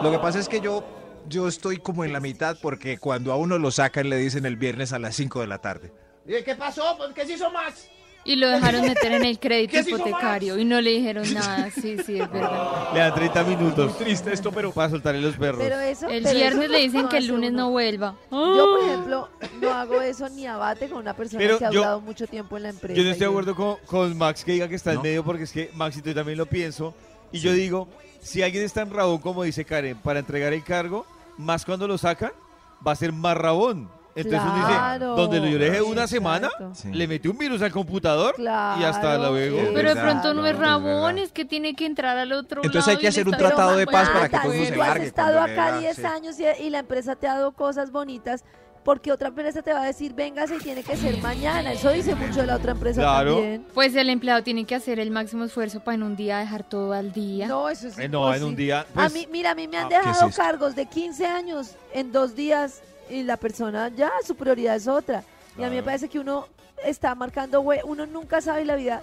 [SPEAKER 2] Lo que pasa es que yo, yo estoy como en la mitad porque cuando a uno lo sacan le dicen el viernes a las 5 de la tarde.
[SPEAKER 3] ¿Qué pasó? Pues, ¿Qué se hizo más?
[SPEAKER 8] Y lo dejaron meter
[SPEAKER 4] <laughs>
[SPEAKER 8] en el crédito
[SPEAKER 3] ¿Qué se hizo
[SPEAKER 8] hipotecario y no le dijeron nada. Sí,
[SPEAKER 2] <laughs>
[SPEAKER 8] sí, es verdad.
[SPEAKER 10] Le dan 30 minutos. triste esto, pero. Para soltarle los perros.
[SPEAKER 4] Pero eso,
[SPEAKER 8] El
[SPEAKER 4] pero
[SPEAKER 8] viernes
[SPEAKER 4] eso
[SPEAKER 8] le dicen
[SPEAKER 4] no
[SPEAKER 8] que el
[SPEAKER 4] hace
[SPEAKER 8] lunes
[SPEAKER 4] uno.
[SPEAKER 8] no vuelva. ¡Ah!
[SPEAKER 4] Yo, por ejemplo, no hago eso ni abate con una persona
[SPEAKER 10] Pero
[SPEAKER 4] que ha
[SPEAKER 10] yo-
[SPEAKER 4] durado mucho tiempo en la empresa.
[SPEAKER 10] Yo no estoy de
[SPEAKER 4] y-
[SPEAKER 10] acuerdo con, con Max que diga que está
[SPEAKER 3] No.
[SPEAKER 10] en medio porque es que Max y tú también lo pienso. Y yo digo, si alguien es tan rabón como dice Karen para entregar el cargo, más cuando lo sacan, va a ser más rabón. Entonces
[SPEAKER 4] Claro,
[SPEAKER 10] uno dice, donde lo yo le dejé una
[SPEAKER 4] exacto.
[SPEAKER 10] semana, le metí un virus al computador y hasta
[SPEAKER 4] Claro.
[SPEAKER 10] luego.
[SPEAKER 3] Es
[SPEAKER 8] Pero de
[SPEAKER 3] verdad,
[SPEAKER 8] pronto no es
[SPEAKER 3] es
[SPEAKER 8] rabón,
[SPEAKER 3] verdad.
[SPEAKER 8] es que tiene que entrar al otro
[SPEAKER 2] Entonces hay
[SPEAKER 8] lado
[SPEAKER 2] que
[SPEAKER 8] y
[SPEAKER 2] hacer
[SPEAKER 8] le
[SPEAKER 2] un
[SPEAKER 8] está
[SPEAKER 2] tratado
[SPEAKER 8] dando
[SPEAKER 2] de paz para que
[SPEAKER 8] vueltas.
[SPEAKER 2] todo el mundo se
[SPEAKER 4] pues, ah, Tú has
[SPEAKER 2] largue
[SPEAKER 4] estado
[SPEAKER 2] cuando
[SPEAKER 4] acá
[SPEAKER 2] llega,
[SPEAKER 4] 10
[SPEAKER 2] sí.
[SPEAKER 4] años y, y la empresa te ha dado cosas bonitas. Porque otra empresa te va a decir, véngase y tiene que ser mañana. Eso dice mucho de la otra empresa
[SPEAKER 10] Claro.
[SPEAKER 4] también.
[SPEAKER 8] Pues el empleado tiene que hacer el máximo esfuerzo para en un día dejar todo al día.
[SPEAKER 4] No, eso es
[SPEAKER 10] Eh, no, en un
[SPEAKER 4] imposible.
[SPEAKER 10] día.
[SPEAKER 4] A
[SPEAKER 10] pues,
[SPEAKER 4] mí, mira, a mí me han
[SPEAKER 10] ah, ¿qué
[SPEAKER 4] dejado
[SPEAKER 3] es esto?
[SPEAKER 4] cargos de 15 años en dos días y la persona ya, su prioridad es otra. Y a mí me
[SPEAKER 10] Claro.
[SPEAKER 4] parece que uno está marcando, hue- uno nunca sabe y la vida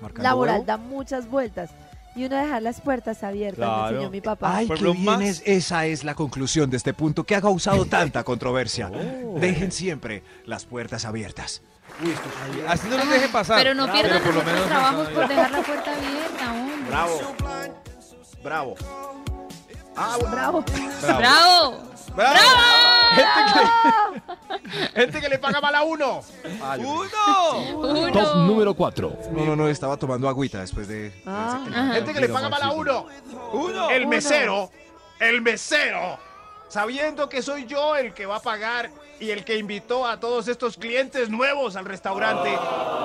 [SPEAKER 2] Marcando
[SPEAKER 4] laboral
[SPEAKER 2] huevo.
[SPEAKER 4] da muchas vueltas. Y uno dejar las puertas abiertas, me
[SPEAKER 10] Claro.
[SPEAKER 4] enseñó mi papá.
[SPEAKER 2] Ay,
[SPEAKER 10] Por
[SPEAKER 2] qué
[SPEAKER 10] lo
[SPEAKER 2] bien
[SPEAKER 10] más-
[SPEAKER 2] es- esa es la conclusión de este punto que ha
[SPEAKER 10] <laughs>
[SPEAKER 2] causado tanta controversia.
[SPEAKER 10] Oh.
[SPEAKER 2] Dejen siempre las puertas abiertas.
[SPEAKER 10] Así no los deje pasar.
[SPEAKER 8] Pero no pierdan
[SPEAKER 10] por lo
[SPEAKER 8] los
[SPEAKER 10] menos-
[SPEAKER 8] trabajos por dejar la puerta abierta, hombre.
[SPEAKER 3] Bravo. Bravo.
[SPEAKER 2] Ah,
[SPEAKER 4] Bravo.
[SPEAKER 8] ¡Bravo!
[SPEAKER 3] Gente que le paga mal a uno.
[SPEAKER 10] ¡Uno!
[SPEAKER 8] Uno.
[SPEAKER 9] Top número 4.
[SPEAKER 2] No, no, no, estaba tomando agüita después de...
[SPEAKER 4] Ah.
[SPEAKER 8] Ajá.
[SPEAKER 3] Gente que le paga mal a uno.
[SPEAKER 10] ¡Uno!
[SPEAKER 3] El
[SPEAKER 4] Uno.
[SPEAKER 3] mesero. El mesero. Sabiendo que soy yo el que va a pagar y el que invitó a todos estos clientes nuevos al restaurante.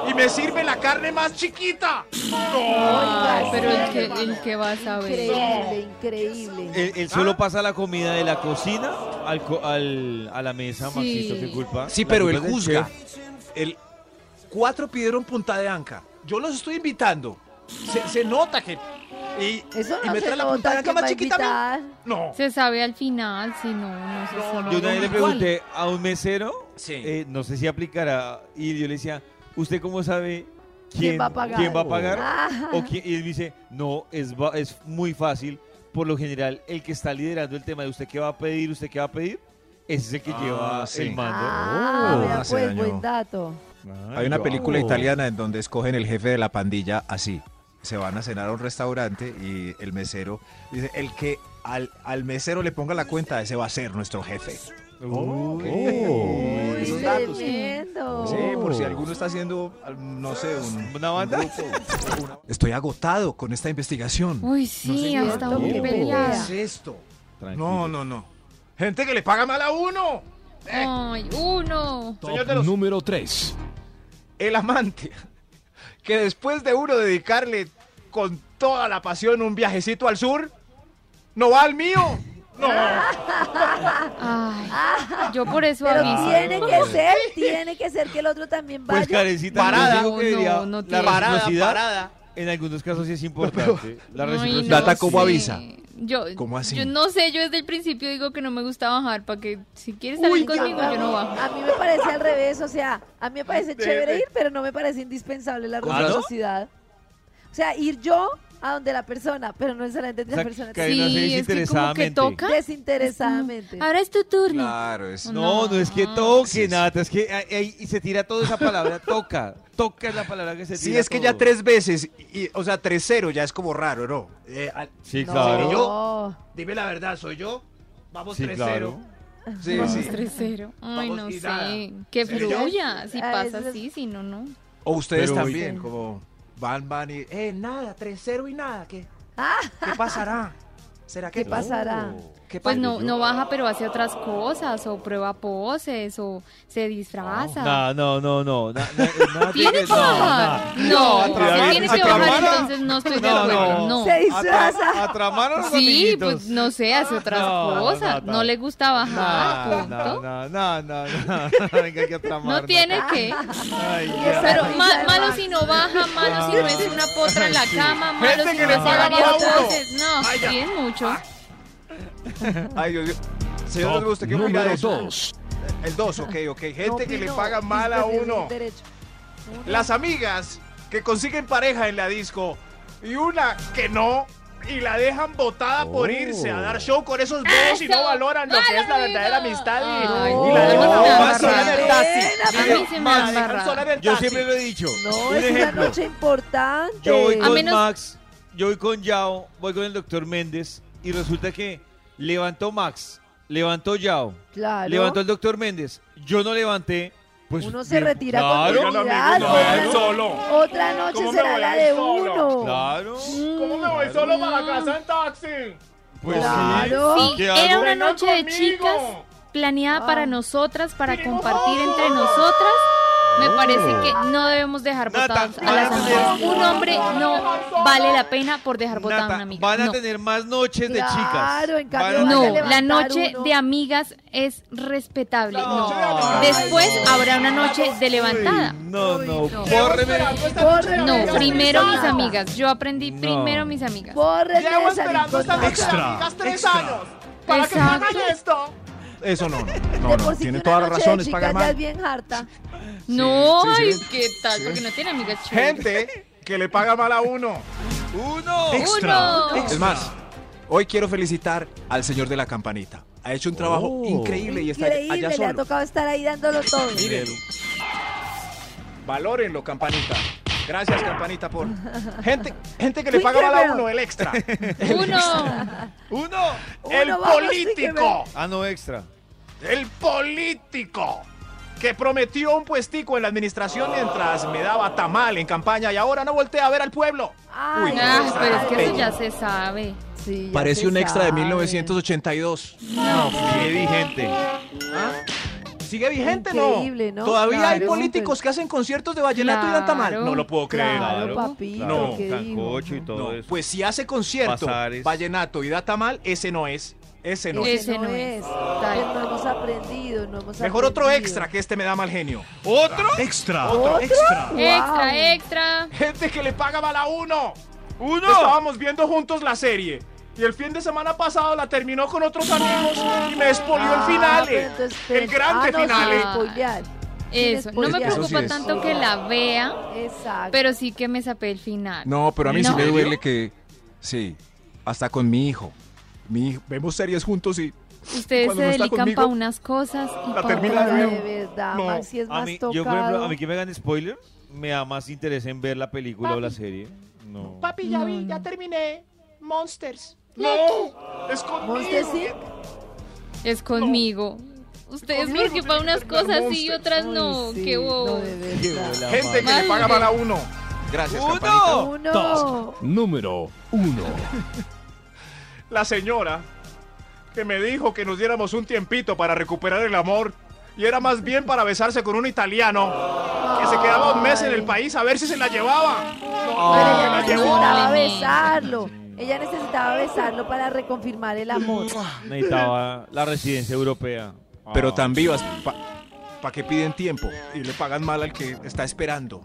[SPEAKER 3] Y me sirve la carne más chiquita.
[SPEAKER 8] Ay, pero el que, el que va a saber.
[SPEAKER 4] Increíble, increíble.
[SPEAKER 2] Eh,
[SPEAKER 10] Él, él solo pasa la comida de la cocina al, co- al- a la mesa,
[SPEAKER 8] Sí.
[SPEAKER 10] Maxito, qué culpa.
[SPEAKER 2] Sí,
[SPEAKER 10] La
[SPEAKER 2] pero
[SPEAKER 10] culpa
[SPEAKER 2] él
[SPEAKER 10] es del
[SPEAKER 2] juzga.
[SPEAKER 10] chef.
[SPEAKER 2] El cuatro pidieron punta de anca. Yo los estoy invitando. Se, se nota que... Y,
[SPEAKER 4] Eso
[SPEAKER 2] y
[SPEAKER 4] no
[SPEAKER 2] me
[SPEAKER 4] se
[SPEAKER 2] trae la punta de
[SPEAKER 4] nota
[SPEAKER 2] anca
[SPEAKER 4] que
[SPEAKER 2] más
[SPEAKER 4] va a
[SPEAKER 2] chiquita. a mí.
[SPEAKER 4] invitar.
[SPEAKER 3] No.
[SPEAKER 8] Se sabe al final, si no, no se sabe.
[SPEAKER 10] Yo una vez le
[SPEAKER 2] igual.
[SPEAKER 10] pregunté a un mesero,
[SPEAKER 2] Sí.
[SPEAKER 10] eh, no sé si aplicará, y yo le decía, ¿usted cómo sabe quién,
[SPEAKER 4] ¿Quién va a pagar?
[SPEAKER 10] quién va a pagar? Oh,
[SPEAKER 4] Ah.
[SPEAKER 10] O quién- y él me dice, no, es, va- es muy fácil. Por lo general, el que está liderando el tema de usted qué va a pedir, usted qué va a pedir, ese es el que
[SPEAKER 2] Ah,
[SPEAKER 10] lleva
[SPEAKER 2] sí.
[SPEAKER 10] el mando.
[SPEAKER 4] Ah,
[SPEAKER 2] Oh,
[SPEAKER 4] vea,
[SPEAKER 2] hace
[SPEAKER 4] pues
[SPEAKER 2] daño.
[SPEAKER 4] buen dato.
[SPEAKER 2] Hay una
[SPEAKER 10] Ay,
[SPEAKER 2] película
[SPEAKER 10] wow.
[SPEAKER 2] italiana en donde escogen el jefe de la pandilla así. Se van a cenar a un restaurante y el mesero dice, el que al, al mesero le ponga la cuenta, ese va a ser nuestro jefe.
[SPEAKER 10] Oh. Uy.
[SPEAKER 4] Uy,
[SPEAKER 2] Esos datos.
[SPEAKER 4] tremendo.
[SPEAKER 2] Sí, por si alguno está haciendo, al- no sé, un-
[SPEAKER 10] ¿Una banda?
[SPEAKER 2] un grupo, una- Estoy agotado con esta investigación.
[SPEAKER 8] Uy,
[SPEAKER 2] No
[SPEAKER 8] sí,
[SPEAKER 2] sé,
[SPEAKER 8] hasta
[SPEAKER 4] ¿no?
[SPEAKER 8] muy
[SPEAKER 4] Oh.
[SPEAKER 8] peleada.
[SPEAKER 3] ¿Qué es esto?
[SPEAKER 10] Tranquilo.
[SPEAKER 3] No, no, no. Gente que le paga mal a uno.
[SPEAKER 8] Ay, uno.
[SPEAKER 9] Top
[SPEAKER 3] Señor de los-
[SPEAKER 9] número 3.
[SPEAKER 3] el amante, que después de uno dedicarle con toda la pasión un viajecito al sur, no va al mío. No,
[SPEAKER 8] Ay, yo por eso
[SPEAKER 4] Pero
[SPEAKER 8] aviso.
[SPEAKER 4] tiene que ser, tiene que ser que el otro también
[SPEAKER 10] Pues
[SPEAKER 4] vaya.
[SPEAKER 10] Karencita,
[SPEAKER 3] Parada.
[SPEAKER 10] yo digo que
[SPEAKER 8] No,
[SPEAKER 10] diría
[SPEAKER 8] no, no
[SPEAKER 10] la
[SPEAKER 8] tiene.
[SPEAKER 3] parada,
[SPEAKER 10] reciprocidad
[SPEAKER 3] parada.
[SPEAKER 10] en algunos
[SPEAKER 2] <laughs>
[SPEAKER 10] casos sí es importante. La
[SPEAKER 8] Ay, no
[SPEAKER 10] reciprocidad.
[SPEAKER 2] Data como
[SPEAKER 8] sé.
[SPEAKER 2] avisa.
[SPEAKER 8] Yo,
[SPEAKER 2] ¿Cómo así?
[SPEAKER 8] yo no sé, yo desde el principio digo que no me gusta bajar, para que si quieres salir conmigo, yo no bajo.
[SPEAKER 4] A mí me parece al revés, o sea, a mí me parece chévere ir, pero no me parece indispensable la
[SPEAKER 10] ¿Claro?
[SPEAKER 4] reciprocidad. O sea, ir yo a donde la persona, pero no necesariamente
[SPEAKER 10] O
[SPEAKER 4] la
[SPEAKER 10] sea,
[SPEAKER 4] persona
[SPEAKER 10] que- Karina, sí,
[SPEAKER 8] sí, es que como que
[SPEAKER 10] desinteresadamente.
[SPEAKER 8] toca.
[SPEAKER 4] desinteresadamente.
[SPEAKER 8] Ahora es tu turno.
[SPEAKER 2] Claro, es...
[SPEAKER 10] No, no es que
[SPEAKER 8] No.
[SPEAKER 2] Sí,
[SPEAKER 10] toque,
[SPEAKER 2] sí.
[SPEAKER 10] Nata, es que ahí- ahí- y se tira toda esa palabra, toca, toca es la palabra que se tira.
[SPEAKER 2] Sí, es que ya
[SPEAKER 10] todo.
[SPEAKER 2] tres veces, y- o sea, 3-0 ya es como raro, ¿no? Eh, al-
[SPEAKER 10] Sí,
[SPEAKER 4] No.
[SPEAKER 10] claro.
[SPEAKER 3] Dime la verdad, soy yo. Vamos
[SPEAKER 10] Sí,
[SPEAKER 3] 3-0.
[SPEAKER 10] claro.
[SPEAKER 2] sí,
[SPEAKER 8] Vamos
[SPEAKER 2] sí.
[SPEAKER 8] 3-0. Ay,
[SPEAKER 3] Vamos
[SPEAKER 8] no
[SPEAKER 3] y
[SPEAKER 8] sé.
[SPEAKER 3] nada.
[SPEAKER 8] Que
[SPEAKER 3] ¿Seré yo?
[SPEAKER 8] fluya. Si
[SPEAKER 4] Ah,
[SPEAKER 8] pasa
[SPEAKER 4] eso es-
[SPEAKER 8] así, si no, no.
[SPEAKER 2] O ustedes
[SPEAKER 10] Pero-
[SPEAKER 2] también, como van, van y... Eh, nada, 3-0 y nada, ¿qué,
[SPEAKER 4] Ah,
[SPEAKER 2] qué pasará? ¿Será que
[SPEAKER 4] ¿qué pasará?
[SPEAKER 2] ¿Qué
[SPEAKER 8] Pues
[SPEAKER 2] padre,
[SPEAKER 8] no,
[SPEAKER 2] yo-
[SPEAKER 8] no baja, pero hace otras cosas, o prueba poses, o se disfraza.
[SPEAKER 10] No, no, no, no. na- na-
[SPEAKER 8] <laughs> Tiene
[SPEAKER 10] nada que-
[SPEAKER 8] que
[SPEAKER 10] no,
[SPEAKER 8] bajar.
[SPEAKER 10] no.
[SPEAKER 8] No,
[SPEAKER 10] no, atrapar-
[SPEAKER 8] se tiene que
[SPEAKER 10] atrapar
[SPEAKER 8] bajar,
[SPEAKER 10] a-
[SPEAKER 8] entonces no estoy de
[SPEAKER 10] No,
[SPEAKER 8] acuerdo.
[SPEAKER 10] no.
[SPEAKER 8] No.
[SPEAKER 4] Se
[SPEAKER 10] Atra-
[SPEAKER 4] disfraza.
[SPEAKER 10] Atramaron a los
[SPEAKER 8] Sí,
[SPEAKER 10] amiguitos.
[SPEAKER 8] pues no sé, hace otras
[SPEAKER 10] No, no,
[SPEAKER 8] cosas.
[SPEAKER 10] no.
[SPEAKER 8] No le gusta
[SPEAKER 10] No,
[SPEAKER 8] bajar,
[SPEAKER 10] no,
[SPEAKER 8] punto.
[SPEAKER 10] no, no, no, no. <laughs> Venga, que atramar.
[SPEAKER 8] No tiene
[SPEAKER 4] <laughs>
[SPEAKER 8] que.
[SPEAKER 10] Ay, ya.
[SPEAKER 8] Pero
[SPEAKER 4] Ay,
[SPEAKER 8] ma-
[SPEAKER 4] ya,
[SPEAKER 8] malo
[SPEAKER 4] Max.
[SPEAKER 8] si no baja, malo si no es una potra en la cama, malo
[SPEAKER 3] Gente
[SPEAKER 8] si
[SPEAKER 3] que
[SPEAKER 8] no
[SPEAKER 3] le
[SPEAKER 8] hace
[SPEAKER 3] paga
[SPEAKER 8] varias
[SPEAKER 3] más a uno.
[SPEAKER 8] cosas. No, sí es mucho.
[SPEAKER 3] Ay, Dios mío. Señor
[SPEAKER 9] Top
[SPEAKER 3] Rodrigo, ¿usted qué opina de
[SPEAKER 9] número
[SPEAKER 3] eso?
[SPEAKER 9] 2.
[SPEAKER 3] El 2, ok, ok. Gente
[SPEAKER 4] No
[SPEAKER 3] que le
[SPEAKER 4] opino,
[SPEAKER 3] paga mal a
[SPEAKER 4] pues, es
[SPEAKER 3] uno.
[SPEAKER 4] un derecho.
[SPEAKER 3] Las amigas que consiguen pareja en la disco y una que no y la dejan botada por
[SPEAKER 9] Oh.
[SPEAKER 3] irse a dar show con esos bobos y no
[SPEAKER 8] ¡Eso!
[SPEAKER 3] valoran lo que es la
[SPEAKER 8] ¡Válido!
[SPEAKER 3] verdadera amistad y,
[SPEAKER 8] Ay,
[SPEAKER 3] y la
[SPEAKER 4] no,
[SPEAKER 3] dejan
[SPEAKER 4] no,
[SPEAKER 3] sola
[SPEAKER 4] no,
[SPEAKER 3] sola en el
[SPEAKER 4] no,
[SPEAKER 3] taxi.
[SPEAKER 8] no,
[SPEAKER 3] Mire,
[SPEAKER 8] a mí se me
[SPEAKER 3] ma,
[SPEAKER 8] han
[SPEAKER 3] dejan
[SPEAKER 8] barrado.
[SPEAKER 3] sola en el
[SPEAKER 10] Yo
[SPEAKER 3] taxi.
[SPEAKER 10] siempre lo he dicho.
[SPEAKER 4] No,
[SPEAKER 10] Un
[SPEAKER 4] es una
[SPEAKER 10] ejemplo.
[SPEAKER 4] noche importante.
[SPEAKER 10] Yo voy con
[SPEAKER 8] menos-
[SPEAKER 10] Max, yo voy con Yao, voy con el doctor Méndez y resulta que levantó Max, levantó Yao,
[SPEAKER 4] Claro.
[SPEAKER 10] levantó el doctor Méndez. Yo no levanté, pues
[SPEAKER 4] Uno se retira
[SPEAKER 10] claro,
[SPEAKER 4] con dignidad.
[SPEAKER 3] Claro,
[SPEAKER 4] otra,
[SPEAKER 3] amigo,
[SPEAKER 4] no- otra
[SPEAKER 3] ¿Cómo
[SPEAKER 4] noche
[SPEAKER 3] me
[SPEAKER 4] será
[SPEAKER 3] voy
[SPEAKER 4] la
[SPEAKER 3] a
[SPEAKER 4] de
[SPEAKER 3] ir solo?
[SPEAKER 4] uno.
[SPEAKER 10] Claro.
[SPEAKER 4] Mm,
[SPEAKER 3] ¿Cómo me voy solo para casa en taxi?
[SPEAKER 10] Pues
[SPEAKER 4] Claro.
[SPEAKER 10] sí.
[SPEAKER 8] Sí,
[SPEAKER 10] ¿Qué
[SPEAKER 8] era
[SPEAKER 10] hago?
[SPEAKER 8] una
[SPEAKER 3] Vengan
[SPEAKER 8] noche de
[SPEAKER 3] conmigo.
[SPEAKER 8] chicas planeada
[SPEAKER 4] Ah.
[SPEAKER 8] para nosotras, para
[SPEAKER 3] Sí,
[SPEAKER 8] compartir
[SPEAKER 3] no.
[SPEAKER 8] entre nosotras. Me parece que no debemos dejar
[SPEAKER 10] Nata,
[SPEAKER 8] botados a
[SPEAKER 10] van a
[SPEAKER 8] las amigas.
[SPEAKER 10] tener-
[SPEAKER 8] Un hombre no vale la pena por dejar botada a
[SPEAKER 10] Nata,
[SPEAKER 8] una amiga.
[SPEAKER 10] van a
[SPEAKER 8] no.
[SPEAKER 10] tener más noches de
[SPEAKER 4] Claro,
[SPEAKER 10] chicas.
[SPEAKER 4] en cambio
[SPEAKER 10] Van a-
[SPEAKER 4] van a
[SPEAKER 8] No,
[SPEAKER 4] levantar
[SPEAKER 8] la noche
[SPEAKER 4] uno.
[SPEAKER 8] de amigas es respetable. No.
[SPEAKER 10] No.
[SPEAKER 8] Después
[SPEAKER 10] Ay,
[SPEAKER 8] habrá una noche de levantada.
[SPEAKER 10] No,
[SPEAKER 4] no.
[SPEAKER 10] no, bórreme.
[SPEAKER 4] Corre,
[SPEAKER 8] No,
[SPEAKER 4] regresa
[SPEAKER 8] primero mis
[SPEAKER 4] pisada.
[SPEAKER 8] amigas. Yo aprendí
[SPEAKER 10] No.
[SPEAKER 8] primero mis amigas.
[SPEAKER 4] Corre,
[SPEAKER 3] Llevo
[SPEAKER 4] regresa,
[SPEAKER 3] esperando esta
[SPEAKER 4] Nicolás.
[SPEAKER 3] noche de amigas tres años. ¿Para que
[SPEAKER 8] Exacto.
[SPEAKER 3] hagan esto? Eso no,
[SPEAKER 4] <laughs>
[SPEAKER 3] no,
[SPEAKER 4] De
[SPEAKER 3] no,
[SPEAKER 4] por
[SPEAKER 3] no.
[SPEAKER 4] sí
[SPEAKER 3] tiene
[SPEAKER 4] que una
[SPEAKER 3] todas las
[SPEAKER 4] noche de
[SPEAKER 3] razones,
[SPEAKER 4] chicas
[SPEAKER 3] pagar
[SPEAKER 4] ya es
[SPEAKER 3] mal.
[SPEAKER 4] bien harta.
[SPEAKER 8] No,
[SPEAKER 3] sí,
[SPEAKER 8] ay,
[SPEAKER 3] sí.
[SPEAKER 8] ¿qué tal? Porque no tiene amigas chéveres.
[SPEAKER 3] Gente que le paga mal a uno.
[SPEAKER 10] Uno.
[SPEAKER 8] Uno.
[SPEAKER 3] Es más, hoy quiero felicitar al señor de la campanita. Ha hecho un trabajo
[SPEAKER 9] Oh.
[SPEAKER 3] increíble y está
[SPEAKER 4] Increíble,
[SPEAKER 3] allá
[SPEAKER 4] le ha
[SPEAKER 3] solo.
[SPEAKER 4] tocado estar ahí dándolo todo.
[SPEAKER 3] Mírenlo. Valórenlo, campanita. Gracias, campanita,
[SPEAKER 4] <laughs>
[SPEAKER 3] por. Gente, gente que le
[SPEAKER 4] Sí,
[SPEAKER 3] paga mal a
[SPEAKER 4] creo.
[SPEAKER 3] uno, el extra.
[SPEAKER 8] Uno.
[SPEAKER 10] Uno.
[SPEAKER 3] el
[SPEAKER 4] Uno, vamos,
[SPEAKER 3] político.
[SPEAKER 10] Ah, no, extra.
[SPEAKER 3] El político que prometió un puestico en la administración mientras me daba tamal en campaña y ahora no voltea a ver al pueblo.
[SPEAKER 4] Ay,
[SPEAKER 3] Uy,
[SPEAKER 8] Ah, pero es que eso
[SPEAKER 3] Bello.
[SPEAKER 8] ya se sabe.
[SPEAKER 4] Sí, ya
[SPEAKER 3] Parece
[SPEAKER 4] se
[SPEAKER 3] un extra de
[SPEAKER 4] sabe.
[SPEAKER 3] 1982.
[SPEAKER 10] No, qué vigente.
[SPEAKER 3] ¿Sigue vigente
[SPEAKER 4] Increíble,
[SPEAKER 3] no?
[SPEAKER 4] ¿no?
[SPEAKER 3] Todavía hay
[SPEAKER 4] Claro.
[SPEAKER 3] políticos que hacen conciertos de vallenato y dan tamal.
[SPEAKER 8] Claro.
[SPEAKER 3] No lo puedo creer.
[SPEAKER 4] Claro,
[SPEAKER 10] Claro,
[SPEAKER 4] papito,
[SPEAKER 3] claro.
[SPEAKER 4] ¿qué
[SPEAKER 10] Sancocho y
[SPEAKER 4] digo?
[SPEAKER 10] todo
[SPEAKER 3] No,
[SPEAKER 10] eso.
[SPEAKER 3] Pues si hace concierto,
[SPEAKER 10] Bazares.
[SPEAKER 3] vallenato y da tamal, ese no es. Ese no
[SPEAKER 8] Ese
[SPEAKER 3] es.
[SPEAKER 4] Ese no
[SPEAKER 8] no
[SPEAKER 4] es.
[SPEAKER 8] es.
[SPEAKER 4] Pues no hemos aprendido, no hemos
[SPEAKER 3] Mejor otro
[SPEAKER 4] aprendido.
[SPEAKER 3] extra que este me da mal genio.
[SPEAKER 10] ¿Otro?
[SPEAKER 9] Extra.
[SPEAKER 4] ¿Otro?
[SPEAKER 9] Extra.
[SPEAKER 4] Wow. Ah,
[SPEAKER 8] Extra, extra.
[SPEAKER 3] Gente que le paga mal a uno.
[SPEAKER 10] ¡Uno!
[SPEAKER 3] Estábamos viendo juntos la serie. Y el fin de semana pasado la terminó con otros amigos y me espolió
[SPEAKER 4] Ah,
[SPEAKER 3] el finale.
[SPEAKER 4] pero entonces,
[SPEAKER 3] el grande
[SPEAKER 4] ah, no, sin
[SPEAKER 3] finale.
[SPEAKER 4] spoilear, sin
[SPEAKER 8] Eso. No me
[SPEAKER 4] spoilear.
[SPEAKER 3] Eso sí
[SPEAKER 8] preocupa
[SPEAKER 3] es.
[SPEAKER 8] tanto que la vea,
[SPEAKER 4] Exacto.
[SPEAKER 8] pero sí que me sapé el final.
[SPEAKER 2] No, pero a mí sí
[SPEAKER 8] No.
[SPEAKER 2] me duele que. Sí, hasta con mi hijo. Mi hijo- Vemos series juntos y.
[SPEAKER 8] Ustedes
[SPEAKER 2] cuando
[SPEAKER 8] se
[SPEAKER 2] no está
[SPEAKER 8] dedican
[SPEAKER 2] conmigo,
[SPEAKER 8] para unas cosas y
[SPEAKER 3] la
[SPEAKER 8] para
[SPEAKER 3] termina
[SPEAKER 8] otras.
[SPEAKER 4] Pero
[SPEAKER 3] luego.
[SPEAKER 4] de verdad,
[SPEAKER 3] No,
[SPEAKER 4] Maxi es
[SPEAKER 10] A
[SPEAKER 4] más
[SPEAKER 10] mí,
[SPEAKER 4] tocado.
[SPEAKER 10] yo, por ejemplo, a mí que me hagan spoiler, me da más interés en ver la película o la serie. No.
[SPEAKER 11] Papi, ya vi,
[SPEAKER 8] No,
[SPEAKER 11] ya terminé. Monsters.
[SPEAKER 3] No, es conmigo.
[SPEAKER 4] Monster Inc.
[SPEAKER 8] Es conmigo. Ustedes
[SPEAKER 3] Conmigo
[SPEAKER 8] me que para
[SPEAKER 3] tiene
[SPEAKER 8] unas
[SPEAKER 3] que terminar
[SPEAKER 8] cosas sí y
[SPEAKER 3] Monster.
[SPEAKER 8] otras
[SPEAKER 4] Ay,
[SPEAKER 8] no.
[SPEAKER 4] sí,
[SPEAKER 8] Qué bobo.
[SPEAKER 4] Pues no, de
[SPEAKER 10] Qué
[SPEAKER 4] verdad.
[SPEAKER 10] bola,
[SPEAKER 3] Gente que
[SPEAKER 10] madre.
[SPEAKER 3] le paga mal a uno. Gracias, campanita.
[SPEAKER 10] ¡Uno!
[SPEAKER 4] Uno.
[SPEAKER 9] Top número 1.
[SPEAKER 3] La señora que me dijo que nos diéramos un tiempito para recuperar el amor y era más bien para besarse con un italiano que se quedaba un mes en el país a ver si se la llevaba.
[SPEAKER 4] Pero
[SPEAKER 3] se
[SPEAKER 4] ella
[SPEAKER 3] la llevó.
[SPEAKER 4] necesitaba
[SPEAKER 8] Dale.
[SPEAKER 4] besarlo. Ella necesitaba besarlo para reconfirmar el amor.
[SPEAKER 10] Necesitaba la residencia europea.
[SPEAKER 2] Pero
[SPEAKER 10] Ah.
[SPEAKER 2] tan vivas. pa-
[SPEAKER 3] ¿Para qué piden tiempo? Y le pagan mal al que está esperando.